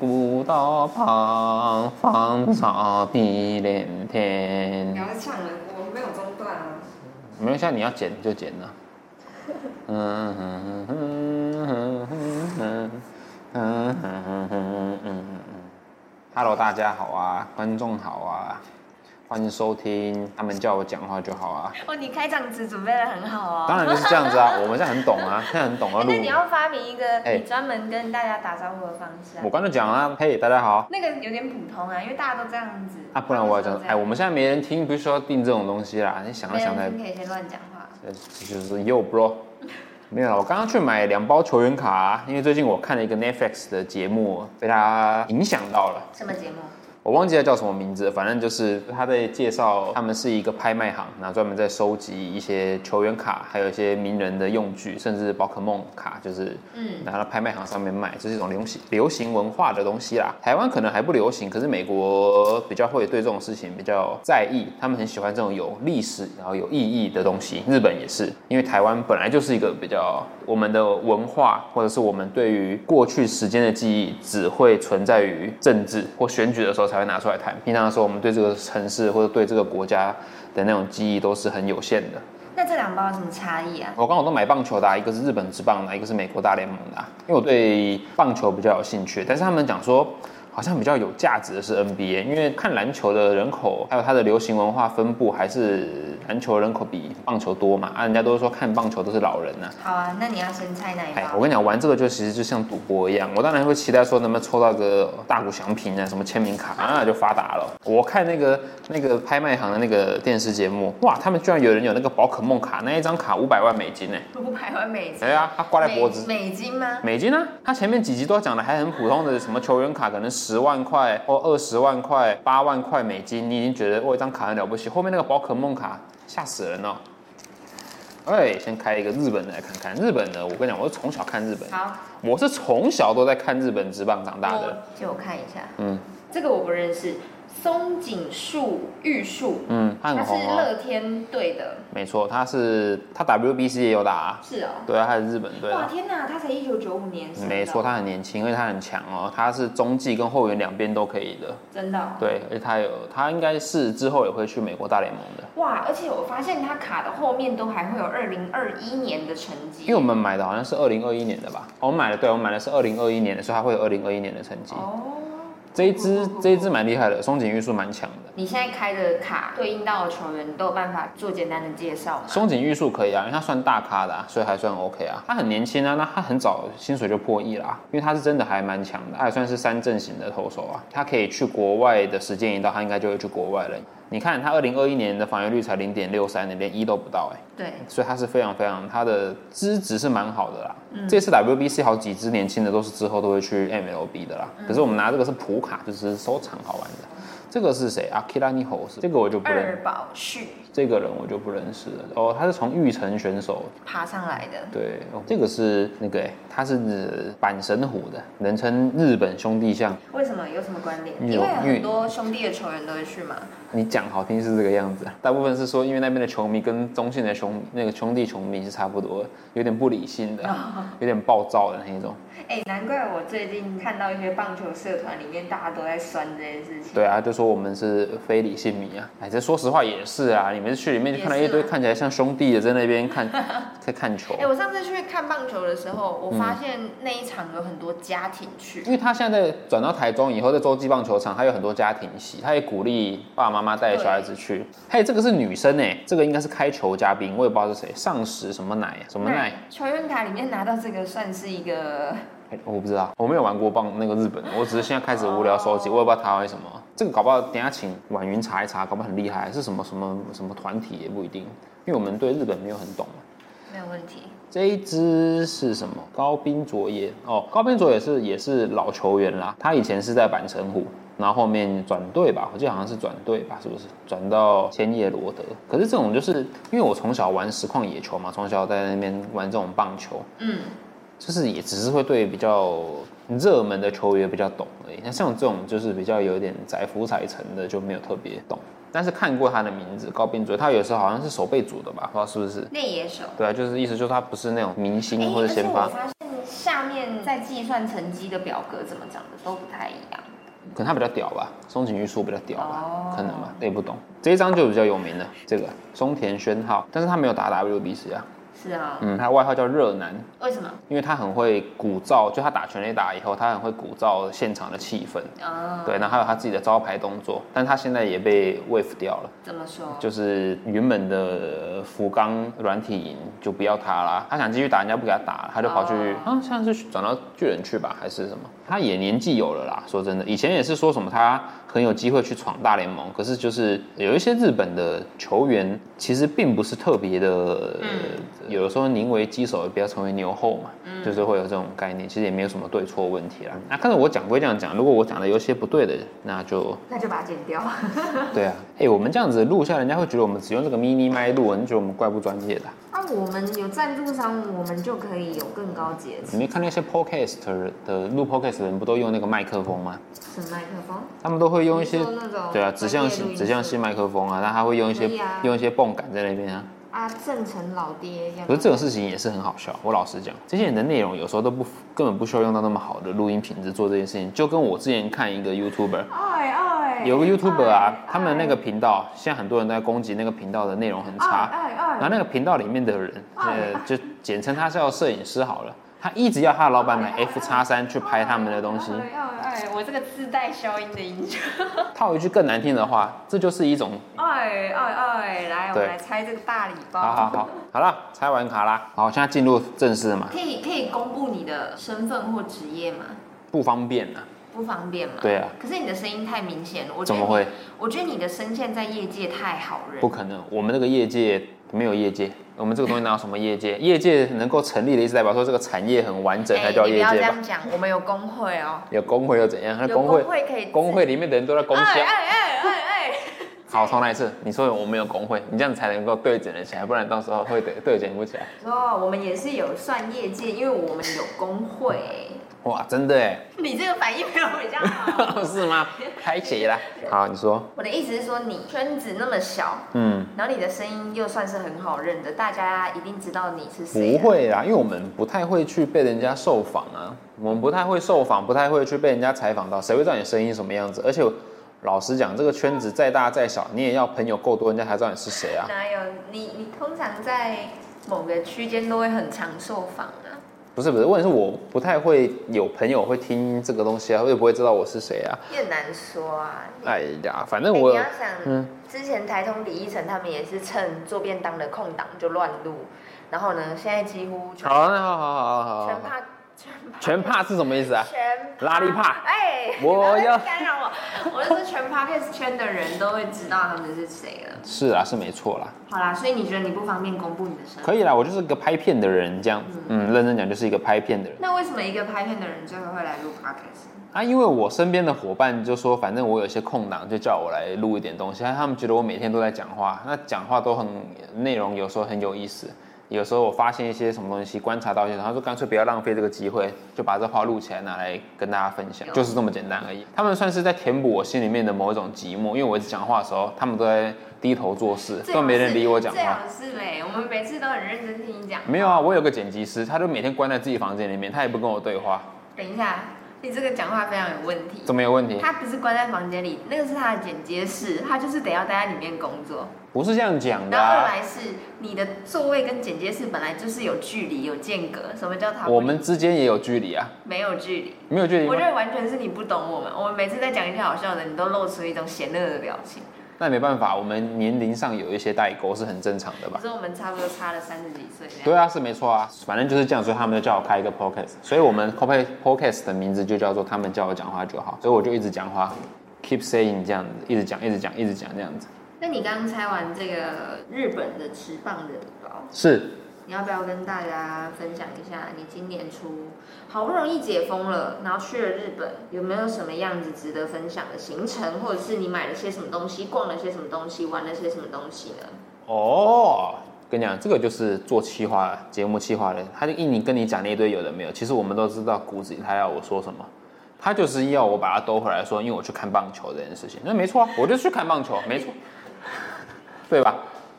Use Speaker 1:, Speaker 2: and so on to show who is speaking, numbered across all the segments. Speaker 1: 古道旁，芳草碧连
Speaker 2: 不
Speaker 1: 天。
Speaker 2: 要再唱了，我没有中断啊。
Speaker 1: 没关系啊，你要剪就剪了。嗯嗯嗯嗯嗯嗯嗯嗯嗯嗯嗯。Hello，大家好啊，观众好啊，欢迎收听。他们叫我讲话就好啊，
Speaker 2: 哦，你开场词准备的很好哦。
Speaker 1: 当然就是这样子啊，我们现在很懂啊，现在很懂啊。
Speaker 2: 哎
Speaker 1: 录
Speaker 2: 那你要发明一个
Speaker 1: 哎
Speaker 2: 你专门跟大家打招呼的方式、啊
Speaker 1: 我。刚才讲啊，嘿，大家好。
Speaker 2: 那个有点普通啊，因为大家都这样子。
Speaker 1: 啊，不然我要讲
Speaker 2: 大，家
Speaker 1: 哎，
Speaker 2: 都
Speaker 1: 我们现在没人听，不需要定这种东西啦。你想
Speaker 2: 这
Speaker 1: 来
Speaker 2: 样
Speaker 1: 想
Speaker 2: 没
Speaker 1: 来
Speaker 2: 人，听可以先乱讲话。
Speaker 1: 呃，就是 Yo bro，没有啦，我刚刚去买两包球员卡啊、因为最近我看了一个 Netflix 的节目，被它影响到了。
Speaker 2: 什么节目？
Speaker 1: 我忘记它叫什么名字了，反正就是他在介绍他们是一个拍卖行，然后专门在收集一些球员卡，还有一些名人的用具，甚至宝可梦卡，就是
Speaker 2: 嗯，
Speaker 1: 拿到拍卖行上面卖，这是一种流行流行文化的东西啦。台湾可能还不流行，可是美国比较会对这种事情比较在意，他们很喜欢这种有历史然后有意义的东西。日本也是，因为台湾本来就是一个比较我们的文化或者是我们对于过去时间的记忆只会存在于政治或选举的时候才会拿出来谈，平常的时候我们对这个城市或者对这个国家的那种记忆都是很有限的。
Speaker 2: 那这两包有什么差异啊？
Speaker 1: 我刚好都买棒球的啊、一个是日本职棒的啊，一个是美国大联盟的啊、因为我对棒球比较有兴趣，但是他们讲说。好像比较有价值的是 NBA，因为看篮球的人口还有它的流行文化分布，还是篮球人口比棒球多嘛？啊，人家都说看棒球都是老人呐、
Speaker 2: 好啊，那你要先猜哪一
Speaker 1: 哎，我
Speaker 2: 包？
Speaker 1: 跟你讲，玩这个就其实就像赌博一样，我当然会期待说能不能抽到个大鼓响品啊，什么签名卡啊，那就发达了。我看那个那个拍卖行的那个电视节目，哇，他们居然有人有那个宝可梦卡，那一张卡五百万美金呢、
Speaker 2: 五百万美金。
Speaker 1: 哎呀，他挂在脖子。
Speaker 2: 美美金吗？
Speaker 1: 美金呢？他前面几集都讲的还很普通的，什么球员卡可能十万块或二十万块、八万块美金，你已经觉得哇，一张卡很了不起。后面那个宝可梦卡吓死人了、哎，先开一个日本的来看看。日本的，我跟你讲，我是从小看日本，
Speaker 2: 好，
Speaker 1: 我是从小都在看日本职棒长大的。
Speaker 2: 我借我看一下。
Speaker 1: 嗯
Speaker 2: 这个我不认识，松井树玉树，
Speaker 1: 嗯，他
Speaker 2: 他
Speaker 1: 很
Speaker 2: 是
Speaker 1: 红哦。
Speaker 2: 乐天队的，没
Speaker 1: 没错，他是他 WBC 也有打啊、
Speaker 2: 是哦。
Speaker 1: 对啊，他是日本队的
Speaker 2: 哇，。天哪，他才一九九五年生的，
Speaker 1: 没错，，他很年轻，因为他很强哦，他是中继跟后援两边都可以的。
Speaker 2: 真的哦。
Speaker 1: 对，而且他有，他应该是之后也会去美国大联盟的，
Speaker 2: 哇，而且我发现他卡的后面都还会有二零二一年的成绩，
Speaker 1: 因为我们买的好像是二零二一年的吧，哦我们买的对，我们买的是二零二一年的，所以它会有二零二一年的成绩。
Speaker 2: 哦，
Speaker 1: 这一支
Speaker 2: 酷酷
Speaker 1: 这一支蛮厉害的，松井玉树蛮强的。
Speaker 2: 你现在开的卡对应到的球员，你都有办法做简单的介绍吗？
Speaker 1: 松井玉树可以啊，因为他算大咖的、啊，所以还算 OK 啊。他很年轻啊，那他很早薪水就破亿啦、因为他是真的还蛮强的，他也算是三阵型的投手啊。他可以去国外的时间一到，他应该就会去国外了。你看他二零二一年的防御率才零点六三，连一都不到哎、
Speaker 2: 对，
Speaker 1: 所以他是非常非常他的资质是蛮好的啦。这次 WBC 好几支年轻的都是之后都会去 MLB 的啦。可是我们拿这个是普卡，就是收藏好玩的。这个是谁？阿基拉尼侯是这个我就不认，
Speaker 2: 二宝旭
Speaker 1: 这个人我就不认识了。哦，他是从玉城选手，
Speaker 2: 爬上来的，
Speaker 1: 对，哦、这个是那个、欸，他是呃阪神虎的，人称日本兄弟像。
Speaker 2: 为什么有什么关联？
Speaker 1: 因为
Speaker 2: 因为
Speaker 1: 因为
Speaker 2: 很多兄弟的球员都会去嘛。
Speaker 1: 你讲好听是这个样子啊，大部分是说因为那边的球迷跟中信的兄那个兄弟球迷是差不多的，有点不理性的，有点暴躁的那一种。
Speaker 2: 哎、难怪我最近看到一些棒球社团里面大家都在酸这件事情。
Speaker 1: 对啊，就说我们是非理性迷啊。哎，这说实话也是啊，你们去里面就看到一堆
Speaker 2: 也是啊
Speaker 1: 看起来像兄弟的在那边看 在看球
Speaker 2: 哎、，我上次去看棒球的时候，我
Speaker 1: 嗯
Speaker 2: 发现那一场有很多家庭去。
Speaker 1: 因为他现在转到台中以后，在洲际棒球场，他有很多家庭席，他也鼓励爸爸妈妈带小孩子去。嘿，这个是女生哎、这个应该是开球嘉宾，我也不知道是谁，上石什么奶啊什么奶，
Speaker 2: 球员卡里面拿到这个算是一个，
Speaker 1: 哎我不知道，我没有玩过棒那个日本的，我只是现在开始无聊收
Speaker 2: 哦
Speaker 1: 集，我也不知道台湾有什么。这个搞不好等一下请婉云查一查，搞不好很厉害，是什么什么什么团体也不一定，因为我们对日本没有很懂嘛。
Speaker 2: 没有问题。
Speaker 1: 这一支是什么？高滨卓也哦，高滨卓也是也是老球员啦，他以前是在阪神虎，然后后面转队吧，我记得好像是转队吧，是不是？转到千叶罗德。可是这种就是因为我从小玩实况野球嘛，从小在那边玩这种棒球，
Speaker 2: 嗯，
Speaker 1: 就是也只是会对比较热门的球员比较懂而已。那像这种就是比较有点载浮载沉的就没有特别懂，但是看过他的名字高滨卓，他有时候好像是守备组的吧，不知道是不是？
Speaker 2: 内野手。
Speaker 1: 对啊，就是意思就是他不是那种明
Speaker 2: 哎
Speaker 1: 星或者
Speaker 2: 而且
Speaker 1: 先
Speaker 2: 我
Speaker 1: 发，
Speaker 2: 发现下下面在计算成绩的表格怎么长得都不太一样。
Speaker 1: 可能他比较屌吧，松井玉树比较屌吧，
Speaker 2: 哦
Speaker 1: 啊可能吧，也不懂。这一张就比较有名了，这个松田宣浩，但是他没有打 WBC 啊，
Speaker 2: 是啊，
Speaker 1: 嗯，他的外号叫热男，
Speaker 2: 为什么？
Speaker 1: 因为他很会鼓噪，就他打全垒打以后，他很会鼓噪现场的气氛。
Speaker 2: 啊，
Speaker 1: 对，然后还有他自己的招牌动作，但他现在也被 wave 掉了，
Speaker 2: 怎么说？
Speaker 1: 就是原本的福冈软体营就不要他啦，他想继续打，人家不给他打，他就跑去、
Speaker 2: 哦
Speaker 1: 啊，现在是转到巨人去吧，还是什么？他也年纪有了啦，说真的，以前也是说什么他很有机会去闯大联盟，可是就是有一些日本的球员其实并不是特别的，有的时候宁为鸡首，也不要成为牛后嘛，就是会有这种概念，其实也没有什么对错问题啦。那、看到我讲归这样讲，如果我讲的有些不对的，那就
Speaker 2: 那就把它剪 掉。
Speaker 1: 对啊，哎、我们这样子录下，人家会觉得我们只用这个 mini 麦录，你觉得我们怪不专业的啊、
Speaker 2: 那、我们有赞助商，我们就可以有更高级的
Speaker 1: 你没看那些 podcast 的录 podcast 的人不都用那个麦克风吗？
Speaker 2: 什么麦克风？
Speaker 1: 他们都会用一些
Speaker 2: 你说那种
Speaker 1: 对啊指向性指向性麦克风啊，那他会用一些
Speaker 2: 可以啊
Speaker 1: 用一些泵杆在那边啊。
Speaker 2: 啊，正成老爹要不要
Speaker 1: 可是这种事情也是很好笑。我老实讲，这些人的内容有时候都不根本不需要用到那么好的录音品质做这件事情。就跟我之前看一个 YouTuber，
Speaker 2: 哎哎，
Speaker 1: 有个 YouTuber 啊
Speaker 2: 哎，
Speaker 1: 他们那个频道现在很多人都在攻击那个频道的内容很
Speaker 2: 哎
Speaker 1: 差，
Speaker 2: 哎
Speaker 1: 然后
Speaker 2: 哎，
Speaker 1: 那个频道里面的人，呃
Speaker 2: 哦，
Speaker 1: 就简称他叫摄影师好了，他一直要他的老板买 F 叉三去拍他们的东西。
Speaker 2: 哎哎哎，我这个自带消音的音效。
Speaker 1: 套一句更难听的话，这就是一种
Speaker 2: 哎哎哎，来，我
Speaker 1: 对
Speaker 2: 们来拆这个大礼包。
Speaker 1: 好好好，好了，拆完卡啦，好，现在进入正式嘛，
Speaker 2: 可以可以公布你的身份或职业吗？
Speaker 1: 不方便啊，
Speaker 2: 不方便吗？。
Speaker 1: 对啊，
Speaker 2: 可是你的声音太明显了，我觉
Speaker 1: 怎
Speaker 2: 得
Speaker 1: 么会
Speaker 2: 你？？我觉得你的声线在业界太好认
Speaker 1: 不。可能，我们这个业界没有业界，我们这个东西哪有什么业界？业界能够成立的意思代表说这个产业很完整才叫
Speaker 2: 哎你不
Speaker 1: 业
Speaker 2: 要这
Speaker 1: 界吧？
Speaker 2: 样讲，我们有工会哦，
Speaker 1: 有工会又怎样？那
Speaker 2: 有
Speaker 1: 工会
Speaker 2: 会可以自
Speaker 1: 工会里面的人都在攻
Speaker 2: 哎
Speaker 1: 下。
Speaker 2: 哎哎哎哎，
Speaker 1: 好，重来一次。你说我们有工会，你这样才能够对整得起来，不然到时候会对对整不起来。
Speaker 2: 哦，我们也是有算业界，因为我们有工会。
Speaker 1: 哇，真的哎，
Speaker 2: 你这个反应没有比较 好。
Speaker 1: 是吗？开启啦。好，你说，
Speaker 2: 我的意思是说，你圈子那么小，
Speaker 1: 嗯，
Speaker 2: 然后你的声音又算是很好认的，大家一定知道你是谁。啊
Speaker 1: 不，会啦，因为我们不太会去被人家受访啊，我们不太会受访，不太会去被人家采访到，谁会知道你声音什么样子？而且老实讲，这个圈子再大再小，你也要朋友够多，人家才知道你是谁啊。
Speaker 2: 哪有你？你通常在某个区间都会很常受访啊。
Speaker 1: 不是不是，问题是我不太会有朋友会听这个东西啊，会不会知道我是谁啊？
Speaker 2: 也很难说啊。你
Speaker 1: 哎呀，反正
Speaker 2: 哎
Speaker 1: 我
Speaker 2: 你
Speaker 1: 有
Speaker 2: 要想，
Speaker 1: 嗯
Speaker 2: 之前台通李义成他们也是趁做便当的空档就乱录，然后呢，现在几乎全
Speaker 1: 好，那好好好好
Speaker 2: 全
Speaker 1: 好，
Speaker 2: 怕
Speaker 1: 全怕是什么意思啊？
Speaker 2: 全
Speaker 1: 拉力怕
Speaker 2: 哎，
Speaker 1: 我要
Speaker 2: 不干扰我，我就是全 podcast 圈的人都会知道他们是谁了。
Speaker 1: 是啊，是没错啦，
Speaker 2: 好啦，所以你觉得你不方便公布你的身份？
Speaker 1: 可以啦，我就是个拍片的人，这样，嗯，认真讲就是一个拍片的人
Speaker 2: 那为什么一个拍片的人最后会来录 podcast？
Speaker 1: 啊，因为我身边的伙伴就说，反正我有一些空档，就叫我来录一点东西，但他们觉得我每天都在讲话，那讲话都很内容，有时候很有意思。有时候我发现一些什么东西，观察到一些，然后就干脆不要浪费这个机会，就把这话录起来拿来跟大家分享，就是这么简单而已。他们算是在填补我心里面的某一种寂寞，因为我一直讲话的时候，他们都在低头做事，都没人理我讲话。
Speaker 2: 最好是嘞，我们每次都很认真听你讲。
Speaker 1: 没有啊，我有个剪辑师，他就每天关在自己房间里面，他也不跟我对话，
Speaker 2: 等一下，你这个讲话非常有问题。
Speaker 1: 怎么有问题？
Speaker 2: 他不是关在房间里，那个是他的剪接室，他就是得要待在里面工作。
Speaker 1: 不是这样讲的、
Speaker 2: 然后二
Speaker 1: 啊，
Speaker 2: 来是你的座位跟剪接室本来就是有距离、有间隔。什么叫他？
Speaker 1: 我们之间也有距离啊，
Speaker 2: 没有距离。
Speaker 1: 没有距离
Speaker 2: 我
Speaker 1: 吗
Speaker 2: 觉？得完全是你不懂我们。我们每次在讲一些好笑的，你都露出一种嫌恶的表情。
Speaker 1: 那没办法，我们年龄上有一些代沟是很正常的吧
Speaker 2: 可？是我们差不多差了三十几岁这样。
Speaker 1: 对啊，是没错啊，反正就是这样，所以他们就叫我开一个 podcast，所以我们 podcast podcast 的名字就叫做他们叫我讲话就好，所以我就一直讲话，keep saying 这样子，一直讲，一直讲，一直讲这样子，
Speaker 2: 那你刚刚猜完这个日本的直棒人包，
Speaker 1: 是
Speaker 2: 你要不要跟大家分享一下你今年初好不容易解封了，然后去了日本，有没有什么样子值得分享的行程，或者是你买了些什么东西，逛了些什么东西，玩了些什么东西呢？
Speaker 1: 哦，跟你讲，这个就是做企划节目企划的，他就一你跟你讲那一堆有的没有，其实我们都知道骨子里他要我说什么，他就是要我把它兜回来说，因为 我去看棒球这件事情，那没错啊，我就去看棒球，没错，对吧？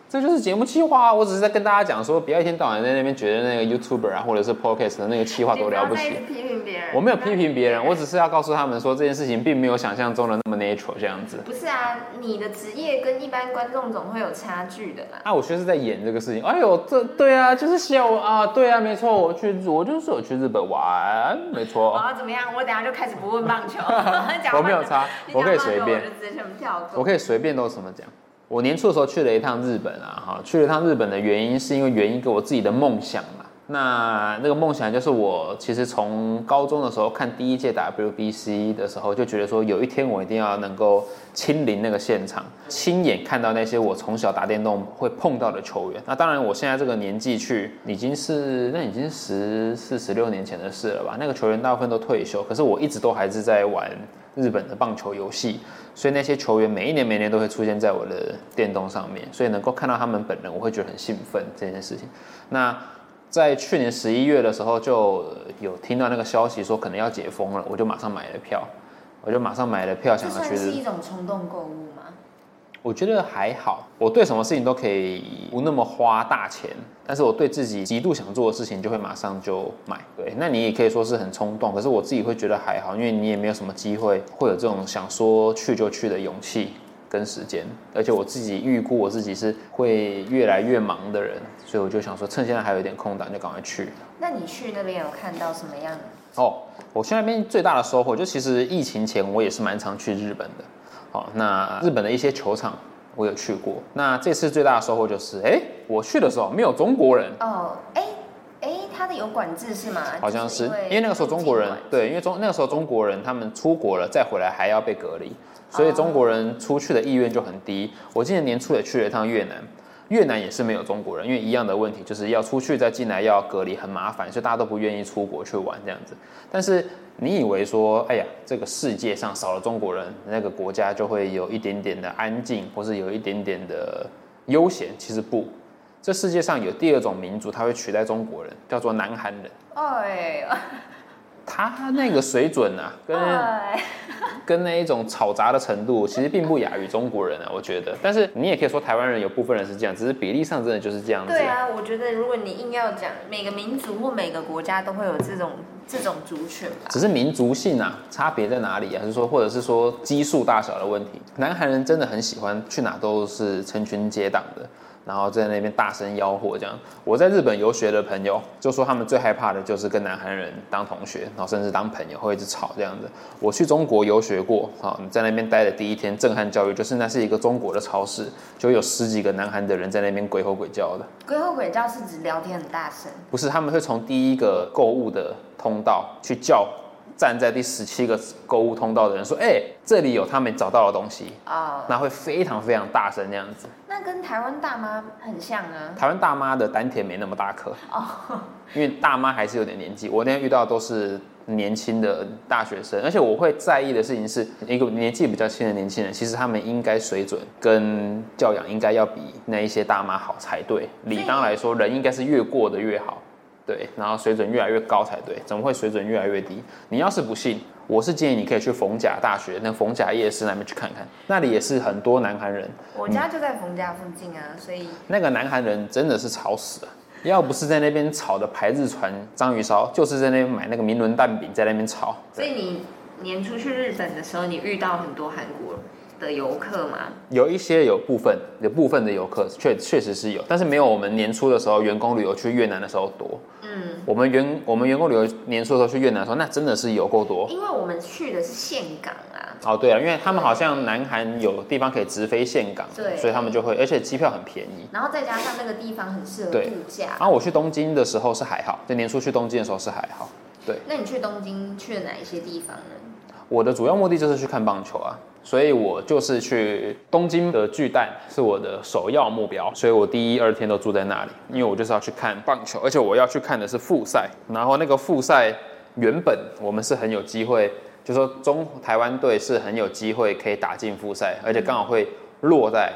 Speaker 1: 这就是节目企划啊！我只是在跟大家讲说，不要一天到晚在那边觉得那个 YouTuber 啊，或者是 Podcast 的那个企划多了不起
Speaker 2: 你。要再批评别人，
Speaker 1: 我没有批评别人，我只是要告诉他们说，这件事情并没有想象中的那么 natural 这样子。
Speaker 2: 不是啊，你的职业跟一般观众总会有差距的啦。
Speaker 1: 啊，我确实在演这个事情。哎呦，这对啊，就是笑啊，对啊，没错，我去，我就是有去日本玩，没
Speaker 2: 我
Speaker 1: 错，
Speaker 2: 要怎么样？我等下就开始不 问棒球，哦讲
Speaker 1: 我没有
Speaker 2: 棒球
Speaker 1: 差
Speaker 2: 你，讲
Speaker 1: 我可以
Speaker 2: 棒球
Speaker 1: 随便
Speaker 2: 我。就直接全部跳
Speaker 1: 我
Speaker 2: 过。
Speaker 1: 可以随便都什么讲。我年初的时候去了一趟日本啊，哈，去了一趟日本的原因是因为圆一个我自己的梦想嘛。那那个梦想就是我其实从高中的时候看第一届 WBC 的时候，就觉得说有一天我一定要能够亲临那个现场，亲眼看到那些我从小打电动会碰到的球员。那当然，我现在这个年纪去，已经是那已经十四十六年前的事了吧？那个球员大部分都退休，可是我一直都还是在玩日本的棒球游戏。所以那些球员每一年每年都会出现在我的电动上面，所以能够看到他们本人，我会觉得很兴奋这件事情。那在去年十一月的时候，就呃有听到那个消息说可能要解封了，我就马上买了票，我就马上买了票，
Speaker 2: 这
Speaker 1: 想要
Speaker 2: 算
Speaker 1: 去日
Speaker 2: 是
Speaker 1: 本。
Speaker 2: 一种冲动购物吗？
Speaker 1: 我觉得还好，我对什么事情都可以不那么花大钱，但是我对自己极度想做的事情就会马上就买。对，那你也可以说是很冲动，可是我自己会觉得还好，因为你也没有什么机会会有这种想说去就去的勇气跟时间，而且我自己预估我自己是会越来越忙的人，所以我就想说趁现在还有一点空档就赶快去。
Speaker 2: 那你去那边有看到什么样的？
Speaker 1: 哦，我去那边最大的收获就其实疫情前我也是蛮常去日本的。好、那日本的一些球场我有去过。那这次最大的收获就是，哎、我去的时候没有中国人，
Speaker 2: 哦，哎哎，它的有管制是吗？
Speaker 1: 好像啊是
Speaker 2: 就
Speaker 1: 因为那个时候中国人
Speaker 2: 入境管
Speaker 1: 对，因为中那个时候中国人他们出国了再回来还要被隔离，所以中国人出去的意愿就很低。我今年年初也去了一趟越南。越南也是没有中国人，因为一样的问题，就是要出去再进来要隔离，很麻烦，所以大家都不愿意出国去玩这样子。但是你以为说，哎呀，这个世界上少了中国人，那个国家就会有一点点的安静，或是有一点点的悠闲，其实不，这世界上有第二种民族，它会取代中国人，叫做南韩人。
Speaker 2: 哦哎
Speaker 1: 他那个水准啊，跟
Speaker 2: 哎，
Speaker 1: 跟那一种吵杂的程度，其实并不亚于中国人啊，我觉得。但是你也可以说台湾人有部分人是这样，只是比例上真的就是这样子。
Speaker 2: 对啊，我觉得如果你硬要讲，每个民族或每个国家都会有这种这种族群吧。
Speaker 1: 只是民族性啊，差别在哪里啊？就是说，或者是说基数大小的问题。南韩人真的很喜欢去哪都是成群结党的，然后在那边大声吆喝这样。我在日本游学的朋友就说，他们最害怕的就是跟南韩人当同学，然后甚至当朋友，会一直吵这样子。我去中国游学过，好，在那边待的第一天，震撼教育就是那是一个中国的超市，就有十几个南韩的人在那边鬼吼鬼叫的。
Speaker 2: 鬼吼鬼叫是指聊天很大声，
Speaker 1: 不是，他们会从第一个购物的通道去叫站在第十七个购物通道的人说：“哎、这里有他们找到的东西。”
Speaker 2: 哦，
Speaker 1: 那会非常非常大声那样子。
Speaker 2: 那跟台湾大妈很像啊。
Speaker 1: 台湾大妈的丹田没那么大颗
Speaker 2: 哦，
Speaker 1: 因为大妈还是有点年纪。我那天遇到都是年轻的大学生，而且我会在意的事情是，一个年纪比较轻的年轻人，其实他们应该水准跟教养应该要比那一些大妈好才对。理当来说，人应该是越过的越好，对，然后水准越来越高才对，怎么会水准越来越低？你要是不信。我是建议你可以去逢甲大学那逢甲夜市那边去看看，那里也是很多南韩人，
Speaker 2: 我家就在冯家附近啊，所以
Speaker 1: 那个南韩人真的是吵死了，要不是在那边炒的排日船章鱼烧，就是在那边买那个明伦蛋饼，在那边炒。
Speaker 2: 所以你年初去日本的时候，你遇到很多韩国的游客吗？
Speaker 1: 有一些有部分有部分的游客确确实是有，但是没有我们年初的时候员工旅游去越南的时候多。
Speaker 2: 嗯，
Speaker 1: 我们员我们员工旅游年初的时候去越南的时候，那真的是有够多。
Speaker 2: 因为我们去的是岘港啊，
Speaker 1: 哦，对了，因为他们好像南韩有地方可以直飞岘港，
Speaker 2: 对
Speaker 1: 所以他们就会，而且机票很便宜。
Speaker 2: 然后再加上那个地方很适合
Speaker 1: 对
Speaker 2: 度假
Speaker 1: 然。后我去东京的时候是还好，就年初去东京的时候是还好。
Speaker 2: 那你去东京去了哪一些地方呢？
Speaker 1: 我的主要目的就是去看棒球啊，所以我就是去东京的巨蛋是我的首要目标，所以我第一、二天都住在那里，因为我就是要去看棒球，而且我要去看的是复赛，然后那个复赛原本我们是很有机会，就说中台湾队是很有机会可以打进复赛，而且刚好会落在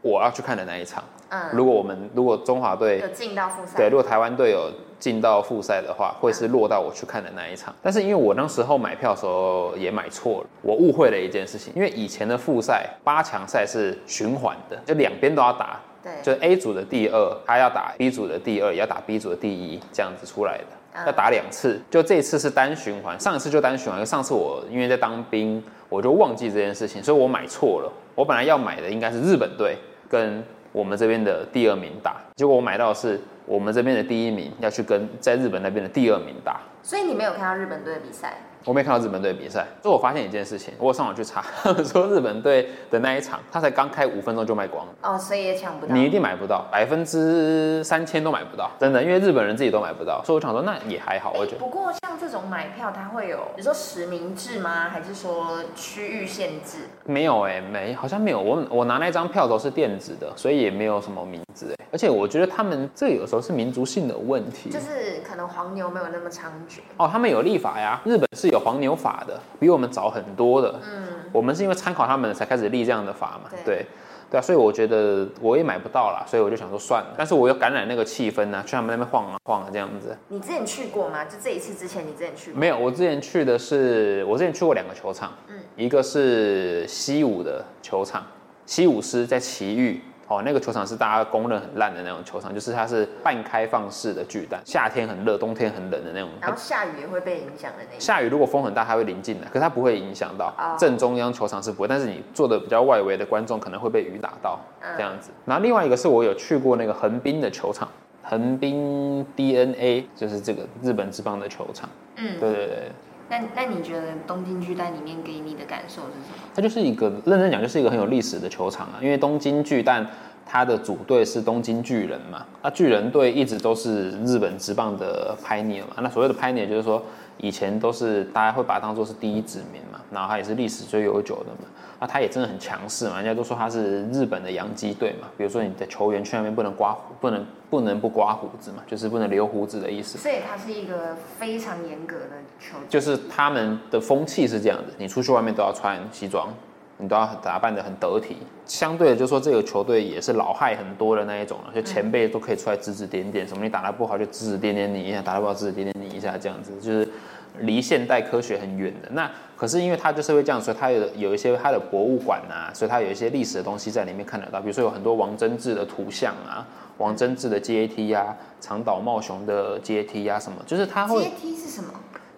Speaker 1: 我要去看的那一场。
Speaker 2: 嗯，
Speaker 1: 如果我们如果中华队
Speaker 2: 有进到复赛。
Speaker 1: 对，如果台湾队有进到复赛的话，会是落到我去看的那一场。但是因为我当时候买票的时候也买错了，我误会了一件事情，因为以前的复赛八强赛是循环的，就两边都要打。
Speaker 2: 对，
Speaker 1: 就是 A 组的第二，他要打 B 组的第二，也要打 B 组的第一，这样子出来的，
Speaker 2: 嗯
Speaker 1: 要打两次。就这一次是单循环，上一次就单循环。上次我因为在当兵，我就忘记这件事情，所以我买错了。我本来要买的应该是日本队跟我们这边的第二名打，结果我买到的是我们这边的第一名要去跟在日本那边的第二名打。
Speaker 2: 所以你没有看到日本队的比赛，
Speaker 1: 我没看到日本队比赛，所以我发现一件事情，我有上网去查， 他们说日本队的那一场，他才刚开五分钟就卖光了。
Speaker 2: 哦，所以也抢不到。
Speaker 1: 你一定买不到，百分之三千都买不到，真的，因为日本人自己都买不到，所以我想说那也还好，我觉得。
Speaker 2: 哎不过像这种买票，它会有，比如说实名制吗？还是说区域限制？
Speaker 1: 没有哎、没，好像没有。我我拿那张票都是电子的，所以也没有什么名字哎、而且我觉得他们这有时候是民族性的问题，
Speaker 2: 就是可能黄牛没有那么猖獗。
Speaker 1: 哦，他们有立法呀，日本是有黄牛法的，比我们早很多的。
Speaker 2: 嗯，
Speaker 1: 我们是因为参考他们才开始立这样的法嘛，
Speaker 2: 对
Speaker 1: 对。对啊，所以我觉得我也买不到啦，所以我就想说算了。但是我又感染那个气氛呢、去他们那边晃啊晃啊这样子。
Speaker 2: 你之前去过吗？就这一次之前，你之前去过？
Speaker 1: 没有，我之前去的是，我之前去过两个球场，
Speaker 2: 嗯
Speaker 1: 一个是西武的球场，西武师在奇遇，哦，那个球场是大家公认很烂的那种球场，就是它是半开放式的巨蛋，夏天很热，冬天很冷的那种。
Speaker 2: 然后下雨也会被影响的那一种。
Speaker 1: 下雨如果风很大，它会淋进来，可是它不会影响到
Speaker 2: 哦
Speaker 1: 正中央球场是不会，但是你坐的比较外围的观众可能会被雨打到
Speaker 2: 嗯
Speaker 1: 这样子。然后另外一个是我有去过那个横滨的球场，横滨 DNA 就是这个日本职棒的球场，
Speaker 2: 嗯，
Speaker 1: 对对对。
Speaker 2: 那那你觉得东京巨蛋里面给你的感受是什么？
Speaker 1: 它就是一个认真讲，就是一个很有历史的球场啊。因为东京巨蛋它的主队是东京巨人嘛，啊，巨人队一直都是日本职棒的 pioneer 嘛。那所谓的 pioneer 就是说，以前都是大家会把它当做是第一殖民嘛，然后它也是历史最悠久的嘛。啊，它也真的很强势嘛，人家都说它是日本的洋基队嘛。比如说你的球员去那边不能刮胡，不能不能不刮胡子嘛，就是不能留胡子的意思。
Speaker 2: 所以它是一个非常严格的球队。
Speaker 1: 就是他们的风气是这样子，你出去外面都要穿西装，你都要打扮得很得体。相对的，就说这个球队也是老害很多的那一种了，就前辈都可以出来指指点点，什么你打得不好就指指点点你一下，打得不好指指点点你一下，这样子就是离现代科学很远的。那可是因为它就是会这样，所以它有有一些它的博物馆啊，所以它有一些历史的东西在里面看得到，比如说有很多王贞治的图像啊。王贞治的阶梯啊，长岛茂雄的阶梯啊，什么，就是它会
Speaker 2: 阶梯是什么？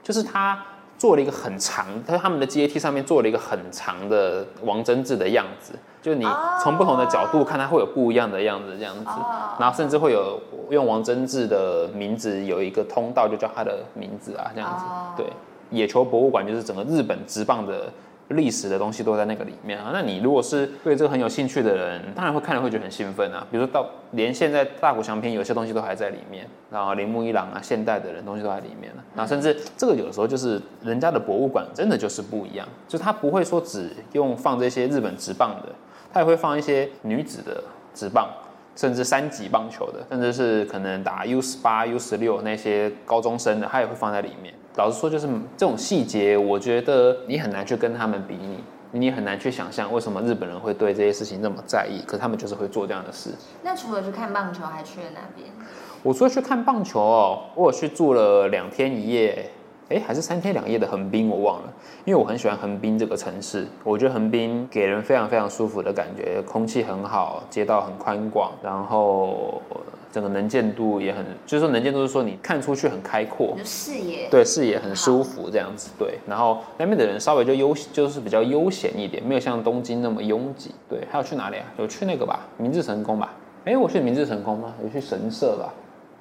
Speaker 1: 就是他做了一个很长，他他们的阶梯上面做了一个很长的王贞治的样子，就你
Speaker 2: 哦
Speaker 1: 从不同的角度看，它会有不一样的样子，这样子，
Speaker 2: 哦
Speaker 1: 然后甚至会有用王贞治的名字有一个通道，就叫他的名字啊，这样子，
Speaker 2: 哦
Speaker 1: 对，野球博物馆就是整个日本职棒的。历史的东西都在那个里面啊。那你如果是对这个很有兴趣的人，当然会看了会觉得很兴奋啊。比如说到连现在大谷翔平有些东西都还在里面，然后铃木一朗啊，现代的人东西都在里面了、啊然后甚至这个有的时候就是人家的博物馆真的就是不一样，就他不会说只用放这些日本职棒的，他也会放一些女子的职棒。甚至三级棒球的，甚至是可能打 U 十八、U 十六那些高中生的，他也会放在里面。老实说，就是这种细节，我觉得你很难去跟他们比拟，你也很难去想象为什么日本人会对这些事情那么在意，可他们就是会做这样的事。
Speaker 2: 那除了去看棒球，还去了哪边？
Speaker 1: 我除了去看棒球哦，我有去住了两天一夜，哎，还是三天两夜的横滨，我忘了，因为我很喜欢横滨这个城市，我觉得横滨给人非常非常舒服的感觉，空气很好，街道很宽广，然后呃整个能见度也很，就是说能见度是说你看出去很开阔
Speaker 2: 你，的视野。
Speaker 1: 对，视野很舒服这样子，对。然后那边的人稍微就悠，就是比较悠闲一点，没有像东京那么拥挤。对，还有去哪里啊？有去那个吧，明治神宫吧？哎，我去明治神宫吗？有去神社吧？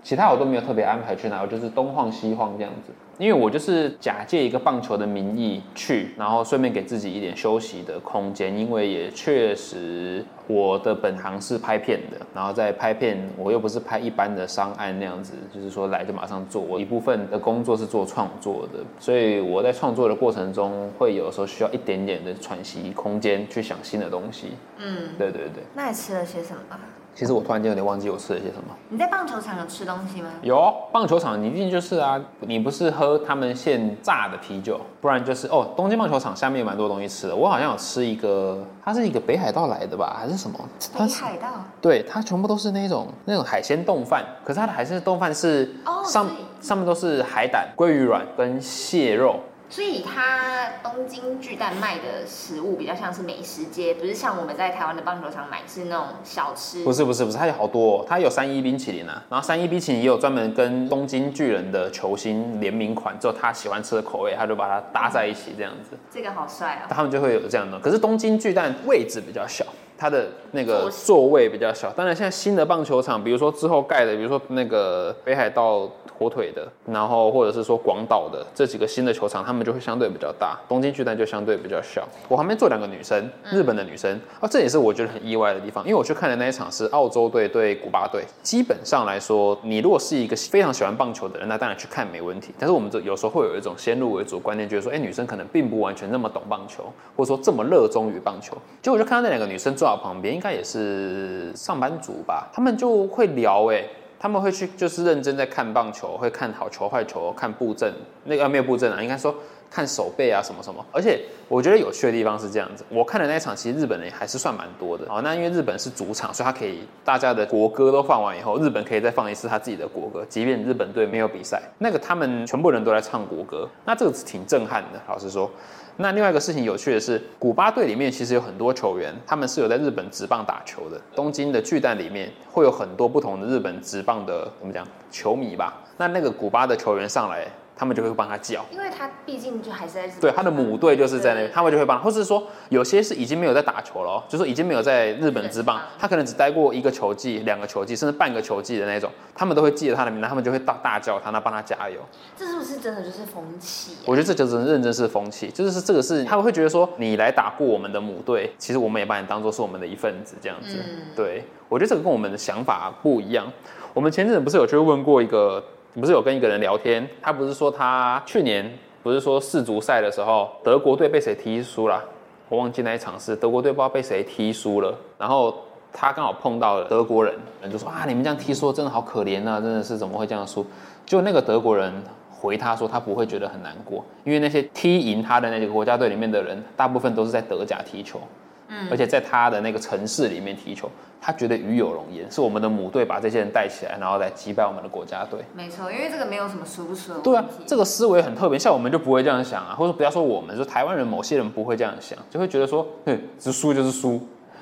Speaker 1: 其他我都没有特别安排去哪，我就是东晃西晃这样子。因为我就是假借一个棒球的名义去，然后顺便给自己一点休息的空间，因为也确实我的本行是拍片的，然后在拍片我又不是拍一般的商案那样子，就是说来就马上做。我一部分的工作是做创作的，所以我在创作的过程中会有时候需要一点点的喘息空间去想新的东西。
Speaker 2: 嗯，
Speaker 1: 对对对，
Speaker 2: 那你吃了些什么啊？
Speaker 1: 其实我突然间有点忘记我吃了些什么。
Speaker 2: 你在棒球场有吃东西吗？
Speaker 1: 有啊棒球场，你一定就是啊，你不是喝他们现榨的啤酒，不然就是哦，东京棒球场下面有蛮多东西吃的。我好像有吃一个，它是一个北海道来的吧，还是什么？它
Speaker 2: 北
Speaker 1: 是
Speaker 2: 海道
Speaker 1: 对，它全部都是那种那种海鲜冻饭，可是它的海鲜冻饭是
Speaker 2: 哦
Speaker 1: 上、
Speaker 2: 所以
Speaker 1: 上面都是海胆、鲑鱼卵跟蟹肉。
Speaker 2: 所以它东京巨蛋卖的食物比较像是美食街，不是像我们在台湾的棒球场买是那种小吃
Speaker 1: 不。是不是不是，它有好多、哦，它有三一冰淇淋啊，然后三一冰淇淋也有专门跟东京巨人的球星联名款，之后他喜欢吃的口味，他就把它搭在一起这样子，
Speaker 2: 这个好帅哦！
Speaker 1: 他们就会有这样的。可是东京巨蛋位置比较小，它的那
Speaker 2: 座
Speaker 1: 个
Speaker 2: 席
Speaker 1: 座位比较小。当然现在新的棒球场，比如说之后盖的，比如说那个北海道火腿的，然后或者是说广岛的这几个新的球场，他们就会相对比较大，东京巨蛋就相对比较小。我旁边坐两个女生，日本的女生啊，这也是我觉得很意外的地方，因为我去看的那一场是澳洲队对古巴队。基本上来说，你如果是一个非常喜欢棒球的人，那当然去看没问题。但是我们这有时候会有一种先入为主的观念，觉得说，哎、女生可能并不完全那么懂棒球，或者说这么热衷于棒球。结果我就看到那两个女生坐在我旁边，应该也是上班族吧，她们就会聊、哎。他们会去就是认真在看棒球，会看好球坏球，看布阵，那个、呃、没有布阵啊，应该说看手背啊什么什么。而且我觉得有趣的地方是这样子，我看的那一场其实日本人也还是算蛮多的哦。那因为日本是主场，所以他可以大家的国歌都放完以后，日本可以再放一次他自己的国歌，即便日本队没有比赛，那个他们全部人都在唱国歌，那这个是挺震撼的，老实说。那另外一个事情有趣的是，古巴队里面其实有很多球员，他们是有在日本职棒打球的。东京的巨蛋里面会有很多不同的日本职棒的怎么讲球迷吧？那那个古巴的球员上来，他们就会帮他叫。
Speaker 2: 因为它毕竟就还是在日本
Speaker 1: 对，他的母队就是在那，
Speaker 2: 对
Speaker 1: 他们就会帮，或是说有些是已经没有在打球了哦，就是已经没有在日本职棒
Speaker 2: 日本职棒，
Speaker 1: 他可能只待过一个球季、两个球季，甚至半个球季的那种，他们都会记得他的名字，他们就会大大叫他，那帮他加油。
Speaker 2: 这是不是真的就是风气啊、
Speaker 1: 我觉得这就是认真是风气，就是这个是他们会觉得说你来打过我们的母队，其实我们也把你当做是我们的一份子这样子。
Speaker 2: 嗯
Speaker 1: 对，我觉得这个跟我们的想法不一样。我们前阵子不是有去问过一个，不是有跟一个人聊天，他不是说他去年不是说世足赛的时候德国队被谁踢输了，我忘记那一场是德国队不知道被谁踢输了，然后。他刚好碰到了德国人，人就说啊，你们这样踢输真的好可怜啊，真的是怎么会这样输？就那个德国人回他说，他不会觉得很难过，因为那些踢赢他的那个国家队里面的人，大部分都是在德甲踢球，嗯，而且在他的那个城市里面踢球，他觉得与有荣焉，是我们的母队把这些人带起来，然后来击败我们的国家队。
Speaker 2: 没错，因为这个没有什么输不输的
Speaker 1: 对啊
Speaker 2: 问题，
Speaker 1: 这个思维很特别，像我们就不会这样想啊，或者不要说我们，就台湾人某些人不会这样想，就会觉得说，哼，只输就是输。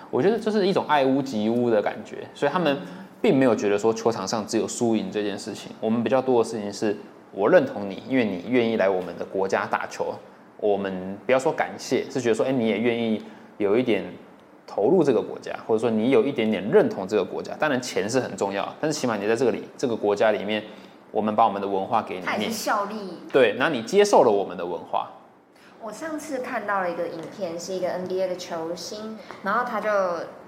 Speaker 1: 我觉得就是一种爱屋及乌的感觉，所以他们并没有觉得说球场上只有输赢这件事情。我们比较多的事情是，我认同你，因为你愿意来我们的国家打球，我们不要说感谢，是觉得说，哎、你也愿意有一点投入这个国家，或者说你有一点点认同这个国家。当然钱是很重要，但是起码你在这个里这个国家里面，我们把我们的文化给你，
Speaker 2: 它
Speaker 1: 你
Speaker 2: 也是效力
Speaker 1: 对，然后你接受了我们的文化，
Speaker 2: 我上次看到了一个影片，是一个 NBA 的球星，然后他就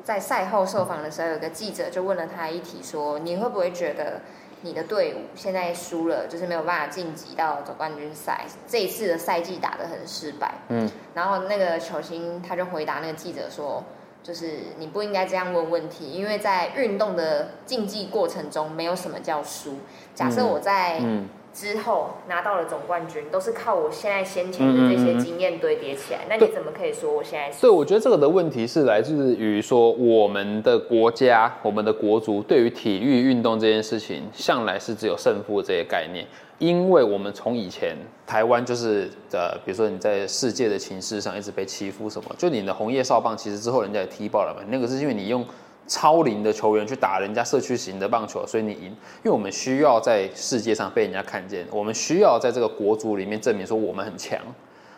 Speaker 2: 在赛后受访的时候，有个记者就问了他一题说：“你会不会觉得你的队伍现在输了，就是没有办法晋级到总冠军赛，这一次的赛季打得很失败？”
Speaker 1: 嗯，
Speaker 2: 然后那个球星他就回答那个记者说：“就是你不应该这样问问题，因为在运动的竞技过程中，没有什么叫输。假设我在
Speaker 1: 嗯，
Speaker 2: 之后拿到了总冠军，都是靠我现在先前的这
Speaker 1: 嗯
Speaker 2: 些经验堆叠起来。那你
Speaker 1: 对
Speaker 2: 怎么可以说我现在是？
Speaker 1: 对，我觉得这个的问题是来自于说我们的国家、我们的国足对于体育运动这件事情，向来是只有胜负这些概念，因为我们从以前台湾就是呃，比如说你在世界的情势上一直被欺负什么，就你的红叶少棒其实之后人家也踢爆了嘛，那个是因为你用。超龄的球员去打人家社区型的棒球，所以你赢，因为我们需要在世界上被人家看见，我们需要在这个国足里面证明说我们很强，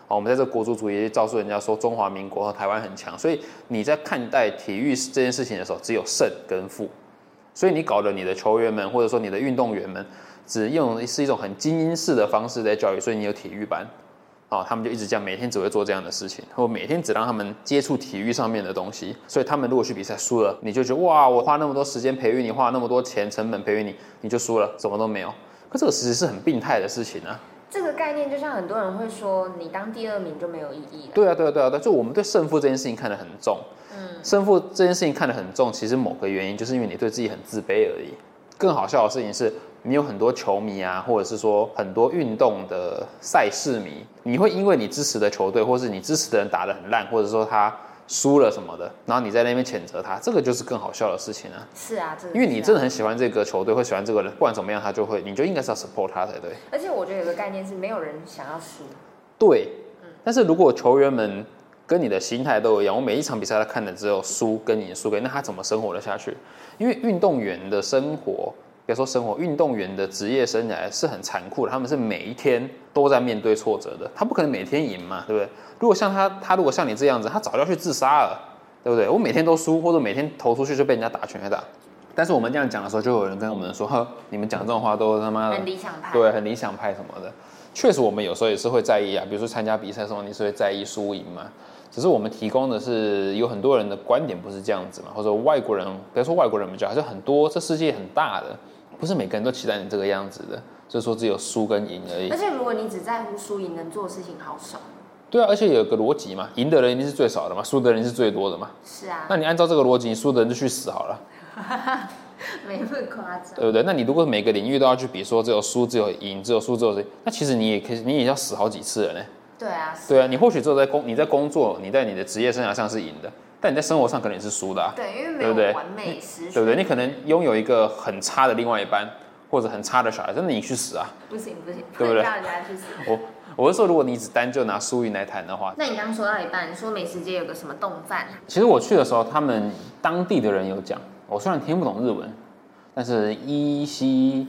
Speaker 1: 哦，我们在这个国足主义告诉人家说中华民国和台湾很强，所以你在看待体育这件事情的时候，只有胜跟负，所以你搞得你的球员们或者说你的运动员们，只用是一种很精英式的方式在教育，所以你有体育班，哦，他们就一直这样，每天只会做这样的事情，或每天只让他们接触体育上面的东西，所以他们如果去比赛输了，你就觉得哇，我花那么多时间培育你，花那么多钱成本培育你，你就输了，什么都没有，可这个其实是很病态的事情啊。
Speaker 2: 这个概念就像很多人会说，你当第二名就没有意义了。
Speaker 1: 对啊，对啊，对啊，对啊，就我们对胜负这件事情看得很重，
Speaker 2: 嗯，
Speaker 1: 胜负这件事情看得很重，其实某个原因就是因为你对自己很自卑而已。更好笑的事情是，你有很多球迷啊，或者是说很多运动的赛事迷，你会因为你支持的球队，或是你支持的人打得很烂，或者说他输了什么的，然后你在那边谴责他，这个就是更好笑的事情啊。
Speaker 2: 是啊，这个
Speaker 1: 因为
Speaker 2: 是
Speaker 1: 你
Speaker 2: 啊
Speaker 1: 真的很喜欢这个球队，会喜欢这个人，不管怎么样，他就会，你就应该是要 support 他才对。
Speaker 2: 而且我觉得有个概念是，没有人想要输。
Speaker 1: 对，但是如果球员们跟你的心态都一样，我每一场比赛他看的只有输跟赢、输跟赢，那他怎么生活得下去？因为运动员的生活，别说生活，运动员的职业生涯是很残酷的，他们是每一天都在面对挫折的，他不可能每天赢嘛，对不对？如果像他，他如果像你这样子，他早就要去自杀了，对不对？我每天都输，或者每天投出去就被人家打全垒打。但是我们这样讲的时候，就有人跟我们说：“呵，你们讲这种话都他妈的
Speaker 2: 很理想派。
Speaker 1: 嗯对，很理想派什么的。确实，我们有时候也是会在意啊，比如说参加比赛的时候，你是会在意输赢嘛。只是我们提供的是有很多人的观点不是这样子嘛，或者外国人，别说外国人比较好，就很多这世界很大的，不是每个人都期待你这个样子的，就是说只有输跟赢而已
Speaker 2: 而。且如果你只在乎输赢，能做的事情好少。
Speaker 1: 对啊，而且有个逻辑嘛，赢的人一定是最少的嘛，输的人是最多的嘛。
Speaker 2: 是啊，
Speaker 1: 那你按照这个逻辑，你输的人就去死好了。
Speaker 2: 没那么夸张。
Speaker 1: 对不对？那你如果每个领域都要去比，说只有输，只有赢，只有输，只有赢，那其实你也可以，你也要死好几次了呢。
Speaker 2: 对啊，是
Speaker 1: 对啊，你或许只有在工，你在工作，你在你的职业生涯上是赢的，但你在生活上可能也是输的、啊，
Speaker 2: 对，因为没
Speaker 1: 对不对
Speaker 2: 有完美十全，
Speaker 1: 对不对？你可能拥有一个很差的另外一半，或者很差的小孩，那你去死啊！
Speaker 2: 不行不行，
Speaker 1: 对不对
Speaker 2: 能让人家去死。
Speaker 1: 我我是说，如果你只单就拿输赢来谈的话，
Speaker 2: 那你刚刚说到一半，说美食街有个什么冻饭，啊
Speaker 1: 其实我去的时候，他们当地的人有讲，我虽然听不懂日文，但是依稀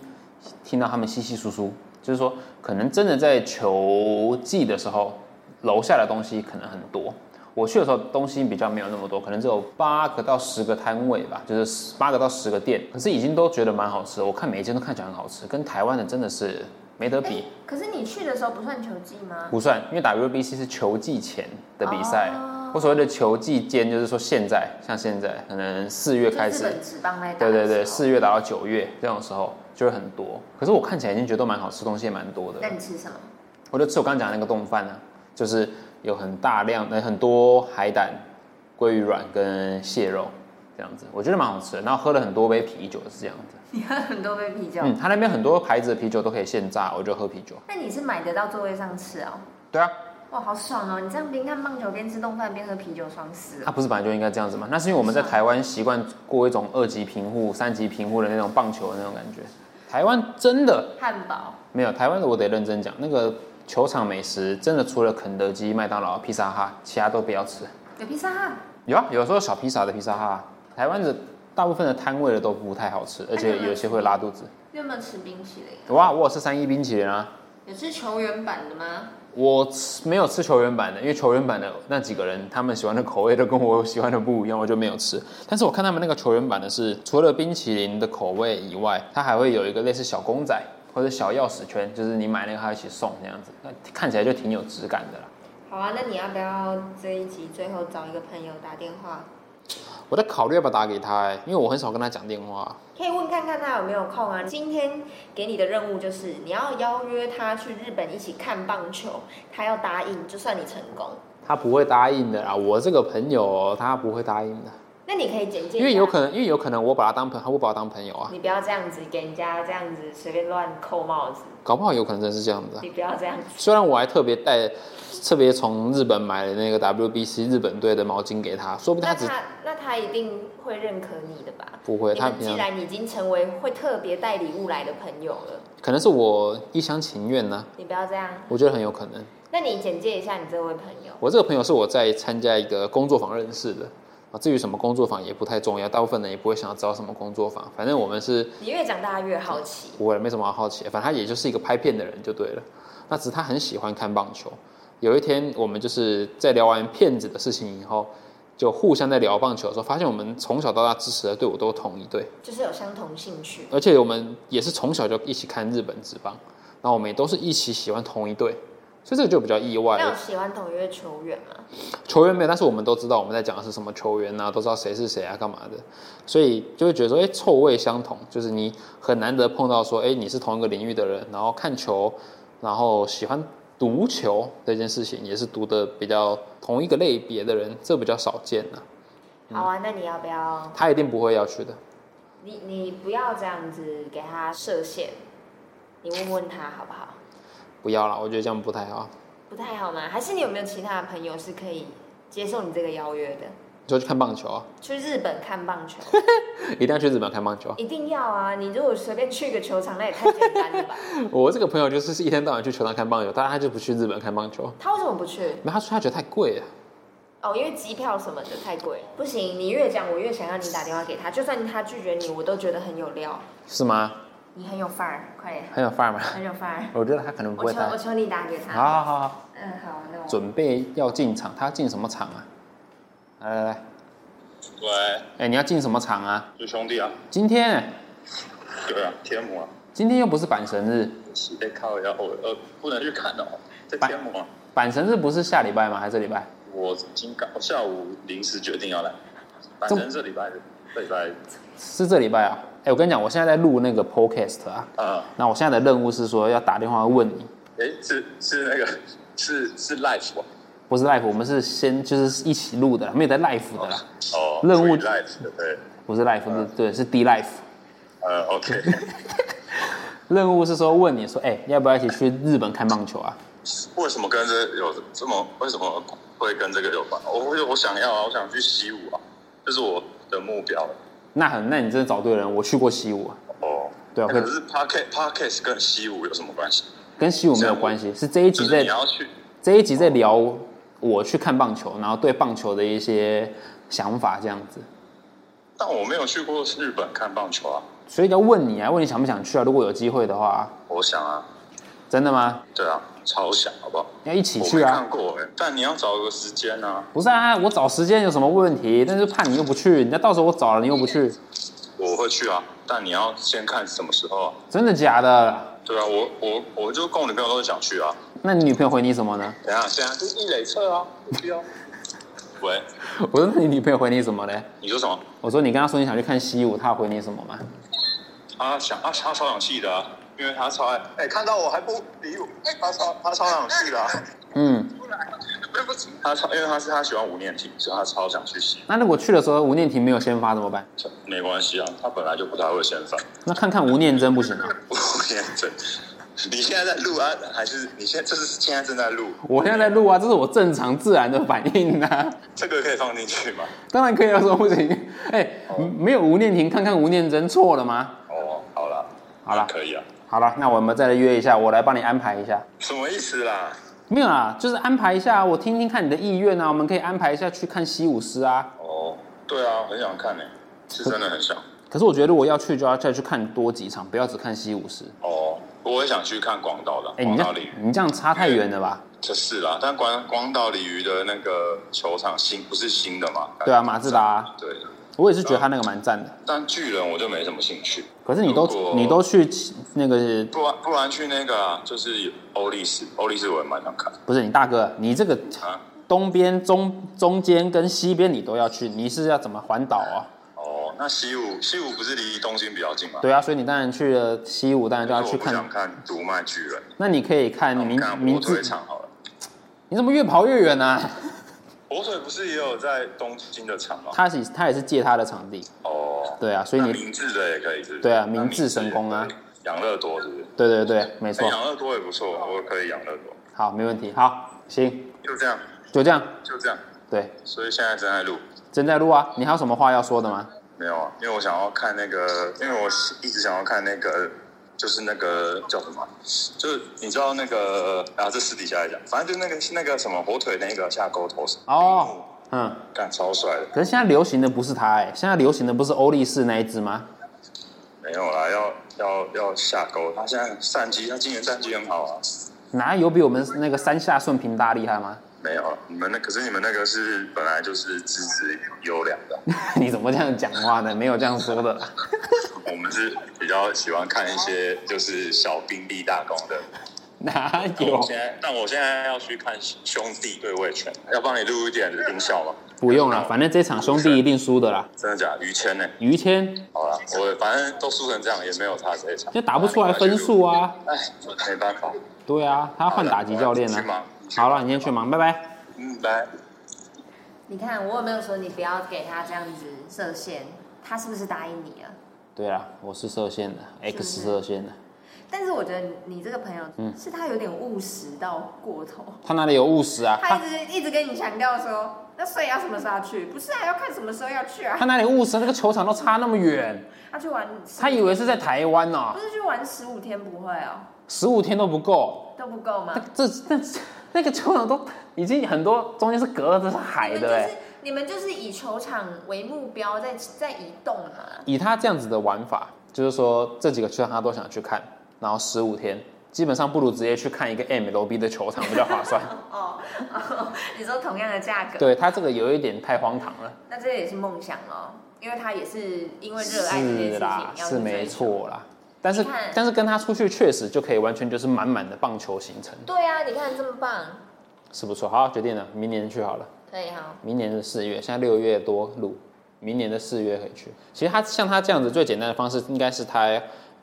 Speaker 1: 听到他们稀稀疏疏，就是说可能真的在球季的时候，楼下的东西可能很多。我去的时候东西比较没有那么多，可能只有八个到十个摊位吧，就是八个到十个店，可是已经都觉得蛮好吃的。我看每一间都看起来很好吃，跟台湾的真的是没得比
Speaker 2: 哎，可是你去的时候不算球季吗？
Speaker 1: 不算，因为 WBC 是球季前的比赛。
Speaker 2: 哦
Speaker 1: 我所谓的球季间，就是说现在，像现在可能四月
Speaker 2: 就
Speaker 1: 开
Speaker 2: 日
Speaker 1: 始，
Speaker 2: 本职棒在打
Speaker 1: 对对
Speaker 2: 的
Speaker 1: 对，
Speaker 2: 时候
Speaker 1: 四月打到九月这种时候就会很多。可是我看起来已经觉得都蛮好吃，东西也蛮多的
Speaker 2: 那。你吃什么？
Speaker 1: 我就吃我刚讲的那个冻饭啊，就是有很大量、呃很多海胆、鲑鱼卵跟蟹肉这样子，我觉得蛮好吃的。然后喝了很多杯啤酒是这样子，
Speaker 2: 你喝很多杯啤酒，
Speaker 1: 嗯，他那边很多牌子的啤酒都可以现榨，我就喝啤酒。
Speaker 2: 那你是买得到座位上吃哦？
Speaker 1: 对啊，
Speaker 2: 哇，好爽哦！你这样边看棒球边吃冻饭边喝啤酒，爽死
Speaker 1: 它
Speaker 2: 了。
Speaker 1: 不是本来就应该这样子吗？那是因为我们在台湾习惯过一种二级贫户、三级贫户的那种棒球的那种感觉。台湾真的
Speaker 2: 汉堡，
Speaker 1: 没有，台湾的我得认真讲，那个球场美食真的除了肯德基、麦当劳、披萨哈，其他都不要吃。
Speaker 2: 有披萨汉，
Speaker 1: 有啊，有时候小披萨的披萨哈，台湾的大部分的摊位的都不太好吃，而且有些会拉肚子。
Speaker 2: 你有没有吃冰淇淋？啊
Speaker 1: 哇，我有吃三一冰淇淋啊，
Speaker 2: 有吃球员版的吗？
Speaker 1: 我吃没有吃球员版的，因为球员版的那几个人他们喜欢的口味都跟我喜欢的不一样，我就没有吃。但是我看他们那个球员版的是，除了冰淇淋的口味以外，它还会有一个类似小公仔或者小钥匙圈，就是你买那个它一起送那样子，那看起来就挺有质感的啦。
Speaker 2: 好啊，那你要不要这一集最后找一个朋友打电话？
Speaker 1: 我在考虑要不要打给他、欸，因为我很少跟他讲电话。
Speaker 2: 可以问看看他有没有空啊。今天给你的任务就是你要邀约他去日本一起看棒球，他要答应，就算你成功。
Speaker 1: 他不会答应的啦，我这个朋友哦他不会答应的，
Speaker 2: 那你可以简介一下，
Speaker 1: 因为有可能，因为有可能我把他当朋友，他会把我当朋友啊，
Speaker 2: 你不要这样子给人家这样子随便乱扣帽子，
Speaker 1: 搞不好有可能真是这样子啊。
Speaker 2: 你不要这样子。
Speaker 1: 虽然我还特别带，特别从日本买了那个 WBC 日本队的毛巾给他，说不定
Speaker 2: 那
Speaker 1: 他只
Speaker 2: 他那他一定会认可你的吧？
Speaker 1: 不会，
Speaker 2: 你
Speaker 1: 他
Speaker 2: 们
Speaker 1: 平常
Speaker 2: 既然已经成为会特别带礼物来的朋友了，
Speaker 1: 可能是我一厢情愿呢、
Speaker 2: 你不要这样。
Speaker 1: 我觉得很有可能。
Speaker 2: 那你简介一下你这位朋友。
Speaker 1: 我这个朋友是我在参加一个工作坊认识的。啊，至于什么工作坊也不太重要，大部分人也不会想要知道什么工作坊。反正我们是
Speaker 2: 你越讲大家越好奇，
Speaker 1: 不会，没什么好好奇的，反正他也就是一个拍片的人就对了。那只是他很喜欢看棒球。有一天，我们就是在聊完骗子的事情以后，就互相在聊棒球的时候，发现我们从小到大支持的队伍都同一队，
Speaker 2: 就是有相同兴趣。
Speaker 1: 而且我们也是从小就一起看日本职棒，然后我们也都是一起喜欢同一队，所以这个就比较意外
Speaker 2: 那有
Speaker 1: 了。
Speaker 2: 喜欢同一位球员吗？
Speaker 1: 球员没有，但是我们都知道我们在讲的是什么球员啊，都知道谁是谁啊，干嘛的，所以就会觉得说，哎、臭味相同，就是你很难得碰到说，哎、你是同一个领域的人，然后看球，然后喜欢读球这件事情，也是读的比较同一个类别的人，这比较少见啊。
Speaker 2: 好啊，那你要不要？
Speaker 1: 他一定不会要去的，
Speaker 2: 你你不要这样子给他设限，你问问他好不好？
Speaker 1: 不要啦，我觉得这样不太好。
Speaker 2: 不太好吗？还是你有没有其他的朋友是可以接受你这个邀约的？
Speaker 1: 就去看棒球啊，
Speaker 2: 去日本看棒球，
Speaker 1: 一定要去日本看棒球啊。
Speaker 2: 一定要啊！你如果随便去个球场，那也太简单了吧？
Speaker 1: 我这个朋友就是一天到晚去球场看棒球，当然他就不去日本看棒球，
Speaker 2: 他为什么不去？
Speaker 1: 没有他说他觉得太贵了。
Speaker 2: 哦，因为机票什么的太贵了。不行，你越讲我越想要你打电话给他，就算他拒绝你，我都觉得很有料，
Speaker 1: 是吗？
Speaker 2: 你很有范儿，快点，
Speaker 1: 很有范儿吗？
Speaker 2: 很有范儿。
Speaker 1: 我觉得他可能不
Speaker 2: 我
Speaker 1: 会
Speaker 2: 求
Speaker 1: 太
Speaker 2: 我。求你打给他。
Speaker 1: 好好好好，
Speaker 2: 嗯，好，那我
Speaker 1: 准备要进场，他进什么场啊？来来来，
Speaker 3: 喂，
Speaker 1: 哎、你要进什么场啊？
Speaker 3: 就兄弟啊，
Speaker 1: 今天，
Speaker 3: 对啊，天母啊，
Speaker 1: 今天又不是阪神日，
Speaker 3: 是被靠腰，我呃不能去看哦，在
Speaker 1: 拜
Speaker 3: 天母啊，
Speaker 1: 阪神日不是下礼拜吗？还是这礼拜？
Speaker 3: 我今刚下午临时决定要来，反
Speaker 1: 这
Speaker 3: 正这礼拜这礼拜
Speaker 1: 是这礼拜啊。哎、我跟你讲，我现在在录那个 podcast 啊。
Speaker 3: 啊，
Speaker 1: 那我现在的任务是说要打电话问你，
Speaker 3: 哎、是是那个 是是 live 啊吧？
Speaker 1: 不是 live，我们是先就是一起录的啦，没有在 live 的啦，
Speaker 3: 哦，
Speaker 1: 任务
Speaker 3: live 对，
Speaker 1: 不是 live，是对，是 D live。
Speaker 3: 呃 OK，
Speaker 1: 任务是说问你说，哎、要不要一起去日本看棒球啊？
Speaker 3: 为什么跟这有这么为什么会跟这个有关？我我想要啊，我想去习武啊，这是我的目标
Speaker 1: 那很，那你真的找对人。我去过西武啊，
Speaker 3: 哦。
Speaker 1: 对啊
Speaker 3: 哎
Speaker 1: 可
Speaker 3: 可是 podcast podcast 跟习武有什么关系？
Speaker 1: 跟西武没有关系，是这一
Speaker 3: 就
Speaker 1: 集
Speaker 3: 是
Speaker 1: 在
Speaker 3: 你要去
Speaker 1: 这一集在聊我去看棒球，然后对棒球的一些想法这样子。
Speaker 3: 但我没有去过日本看棒球啊，
Speaker 1: 所以要问你啊，问你想不想去啊？如果有机会的话，
Speaker 3: 我想啊，
Speaker 1: 真的吗？
Speaker 3: 对啊，超想，好不好？
Speaker 1: 要一起
Speaker 3: 我
Speaker 1: 去
Speaker 3: 没
Speaker 1: 啊？
Speaker 3: 看过哎、但你要找个时间啊。
Speaker 1: 不是啊，我找时间有什么问题？但是怕你又不去，那到时候我找了你又不去，
Speaker 3: 我会去啊，但你要先看什么时候啊。
Speaker 1: 真的假的？
Speaker 3: 对啊，我我我就跟我女朋友都是想去啊。
Speaker 1: 那你女朋友回你什么呢？
Speaker 3: 等一下，现在是一垒测啊，不去哦。喂，
Speaker 1: 我说那你女朋友回你什么嘞？
Speaker 3: 你说什么？
Speaker 1: 我说你跟她说你想去看西武，她回你什么吗？
Speaker 3: 啊，想啊，他超想去的、啊，因为他超爱，哎、看到我还不理我，哎、他超他超想去的、啊，
Speaker 1: 嗯，
Speaker 3: 他超因为他是他喜欢吴念婷，所以他超想去洗，
Speaker 1: 那如果去的时候吴念婷没有先发怎么办？
Speaker 3: 没关系啊，他本来就不太会先犯。
Speaker 1: 那看看吴念真不行啊？
Speaker 3: 我现在正，你现在在录啊，还是你现在这是现在正在录？
Speaker 1: 我现在在录啊，这是我正常自然的反应啊。
Speaker 3: 这个可以放进去吗？
Speaker 1: 当然可以啊，说不行。 哎、没有吴念婷，看看吴念真错了吗？
Speaker 3: 哦，好了，
Speaker 1: 好啦
Speaker 3: 可以啊。
Speaker 1: 好了，那我们再来约一下，我来帮你安排一下。
Speaker 3: 什么意思啦？
Speaker 1: 没有啦，就是安排一下，我听听看你的意愿啊，我们可以安排一下去看西武师啊。
Speaker 3: 哦，对啊，很想看呢、是真的很想。
Speaker 1: 可是我觉得如果要去，就要再去看多几场，不要只看西武师。
Speaker 3: 哦，我也想去看广岛的
Speaker 1: 哎、
Speaker 3: 广
Speaker 1: 你这
Speaker 3: 岛
Speaker 1: 样
Speaker 3: 鲤鱼，
Speaker 1: 你这样差太远了吧？
Speaker 3: 这是啦。但广广岛鲤鱼的那个球场新不是新的嘛？
Speaker 1: 对啊，马自达啊、
Speaker 3: 对。
Speaker 1: 我也是觉得他那个蛮赞的。
Speaker 3: 但巨人我就没什么兴趣，
Speaker 1: 可是你都
Speaker 3: 如果
Speaker 1: 你都去那个
Speaker 3: 不然不然去那个、啊、就是欧力士，欧力士我也蛮想看
Speaker 1: 不是你大哥，你这个
Speaker 3: 啊。
Speaker 1: 东边中中间跟西边你都要去，你是要怎么环岛啊？
Speaker 3: 哦，那西武西武不是离东京比较近吗？
Speaker 1: 对啊，所以你当然去了西武，当然就要
Speaker 3: 可是
Speaker 1: 去
Speaker 3: 我不
Speaker 1: 看
Speaker 3: 想。看独卖巨人，
Speaker 1: 那你可以看
Speaker 3: 我
Speaker 1: 明
Speaker 3: 看
Speaker 1: 明
Speaker 3: 火
Speaker 1: 治
Speaker 3: 腿，场好了。
Speaker 1: 你怎么越跑越远啊？
Speaker 3: 火腿不是也有在东京的场吗？
Speaker 1: 他是他也是借他的场地，
Speaker 3: 哦，
Speaker 1: 对啊，所以
Speaker 3: 那
Speaker 1: 你
Speaker 3: 明治的也可以是不是？
Speaker 1: 对啊
Speaker 3: 那
Speaker 1: 明治神宫啊
Speaker 3: 明治也可以，养乐多是不是？
Speaker 1: 对对对，没
Speaker 3: 哎
Speaker 1: 错，
Speaker 3: 养乐多也不错，我可以养乐多。
Speaker 1: 好，没问题，好，行，
Speaker 3: 就这样，
Speaker 1: 就这样，
Speaker 3: 就这样。
Speaker 1: 对，
Speaker 3: 所以现在正在录，
Speaker 1: 正在录啊，你还有什么话要说的吗？
Speaker 3: 没有啊，因为我想要看那个，因为我一直想要看那个，就是那个叫什么啊，就是你知道那个啊，这私底下来讲，反正就那个那个什么火腿那个下钩投手，
Speaker 1: 哦，嗯，
Speaker 3: 干超帅的。
Speaker 1: 可是现在流行的不是他哎、现在流行的不是欧力士那一只吗？
Speaker 3: 没有啦，要要要下钩。他现在战绩，他今年战绩很好啊。
Speaker 1: 哪有比我们那个山下顺平大厉害吗？
Speaker 3: 没有，啊你们那可是你们那个是本来就是资质优良的，
Speaker 1: 你怎么这样讲话呢？没有这样说的啦。
Speaker 3: 我们是比较喜欢看一些就是小兵立大功的。
Speaker 1: 哪有
Speaker 3: 我？现在，但我现在要去看兄弟对位拳，要帮你录一点音效吗？
Speaker 1: 不用了，反正这场兄弟一定输的啦。
Speaker 3: 真的假的？于谦呢？
Speaker 1: 于谦
Speaker 3: 好了，我反正都输成这样，也没有他这一场，
Speaker 1: 就打不出来分数啊。
Speaker 3: 哎，没办法。
Speaker 1: 对啊，他要换打击教练
Speaker 3: 好了我要去
Speaker 1: 啊。
Speaker 3: 忙
Speaker 1: 好了，你先去忙，拜拜。
Speaker 3: 嗯，拜。
Speaker 2: 你看我有没有说你不要给他这样子设限？他是不是答应你了？
Speaker 1: 对啊，我是射线的，X 射线的。
Speaker 2: 但是我觉得你这个朋友，是他有点务实到过头，
Speaker 1: 他哪里有务实啊？
Speaker 2: 他
Speaker 1: 他
Speaker 2: 一直一直跟你强调说，那所以要什么时候要去？不是啊，要看什么时候要去啊。
Speaker 1: 他哪里务实？那个球场都差那么远，
Speaker 2: 他去玩，
Speaker 1: 他以为是在台湾呢、
Speaker 2: 不是去玩十五天不会哦，
Speaker 1: 十五天都不够。
Speaker 2: 都不够吗
Speaker 1: 那？这那那个球场都已经很多中间是隔着是海
Speaker 2: 你们
Speaker 1: 的
Speaker 2: 就
Speaker 1: 哎、
Speaker 2: 是你们就是以球场为目标在在移动嘛。
Speaker 1: 以他这样子的玩法，就是说这几个球场他都想去看，然后十五天，基本上不如直接去看一个 MLB 的球场比较划 算。
Speaker 2: 哦哦，你说同样的价格，
Speaker 1: 对他这个有一点太荒唐了。
Speaker 2: 那这也是梦想咯，因为他也是因为热爱这件
Speaker 1: 是
Speaker 2: 事
Speaker 1: 啦
Speaker 2: 情，要
Speaker 1: 是
Speaker 2: 去
Speaker 1: 没
Speaker 2: 追求。
Speaker 1: 错啦。但是
Speaker 2: 你看
Speaker 1: 但是跟他出去确实就可以完全就是满满的棒球行程，
Speaker 2: 对啊，你看这么棒，啊
Speaker 1: 是不错。好，决定了，明年去好了。
Speaker 2: 可以哈。
Speaker 1: 明年的四月，现在六月多录，明年的四月可以去。其实他像他这样子最简单的方式，应该是他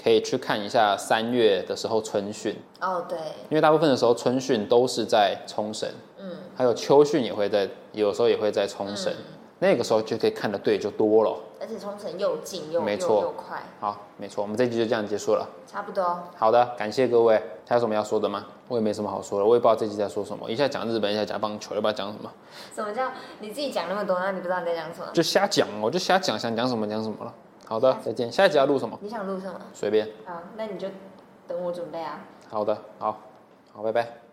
Speaker 1: 可以去看一下三月的时候春训，
Speaker 2: 哦，对，
Speaker 1: 因为大部分的时候春训都是在冲绳，
Speaker 2: 嗯，
Speaker 1: 还有秋训也会在，有时候也会在冲绳，那个时候就可以看的队就多了。
Speaker 2: 而且冲绳又近又
Speaker 1: 没
Speaker 2: 又
Speaker 1: 错
Speaker 2: 又快，
Speaker 1: 好，没错，我们这集就这样结束了。
Speaker 2: 差不多。
Speaker 1: 好的，感谢各位，还有什么要说的吗？我也没什么好说的，我也不知道这集在说什么，一下讲日本，一下讲棒球，也不知道讲什么，
Speaker 2: 什么叫你自己讲那么多，那你不知道你在讲什么？
Speaker 1: 就瞎讲，哦我就瞎讲，想讲什么讲什么了。好的，再见，下一集要录什么？
Speaker 2: 你想录什么？
Speaker 1: 随便。
Speaker 2: 好，那你就等我准备啊。
Speaker 1: 好的，好，好，拜拜。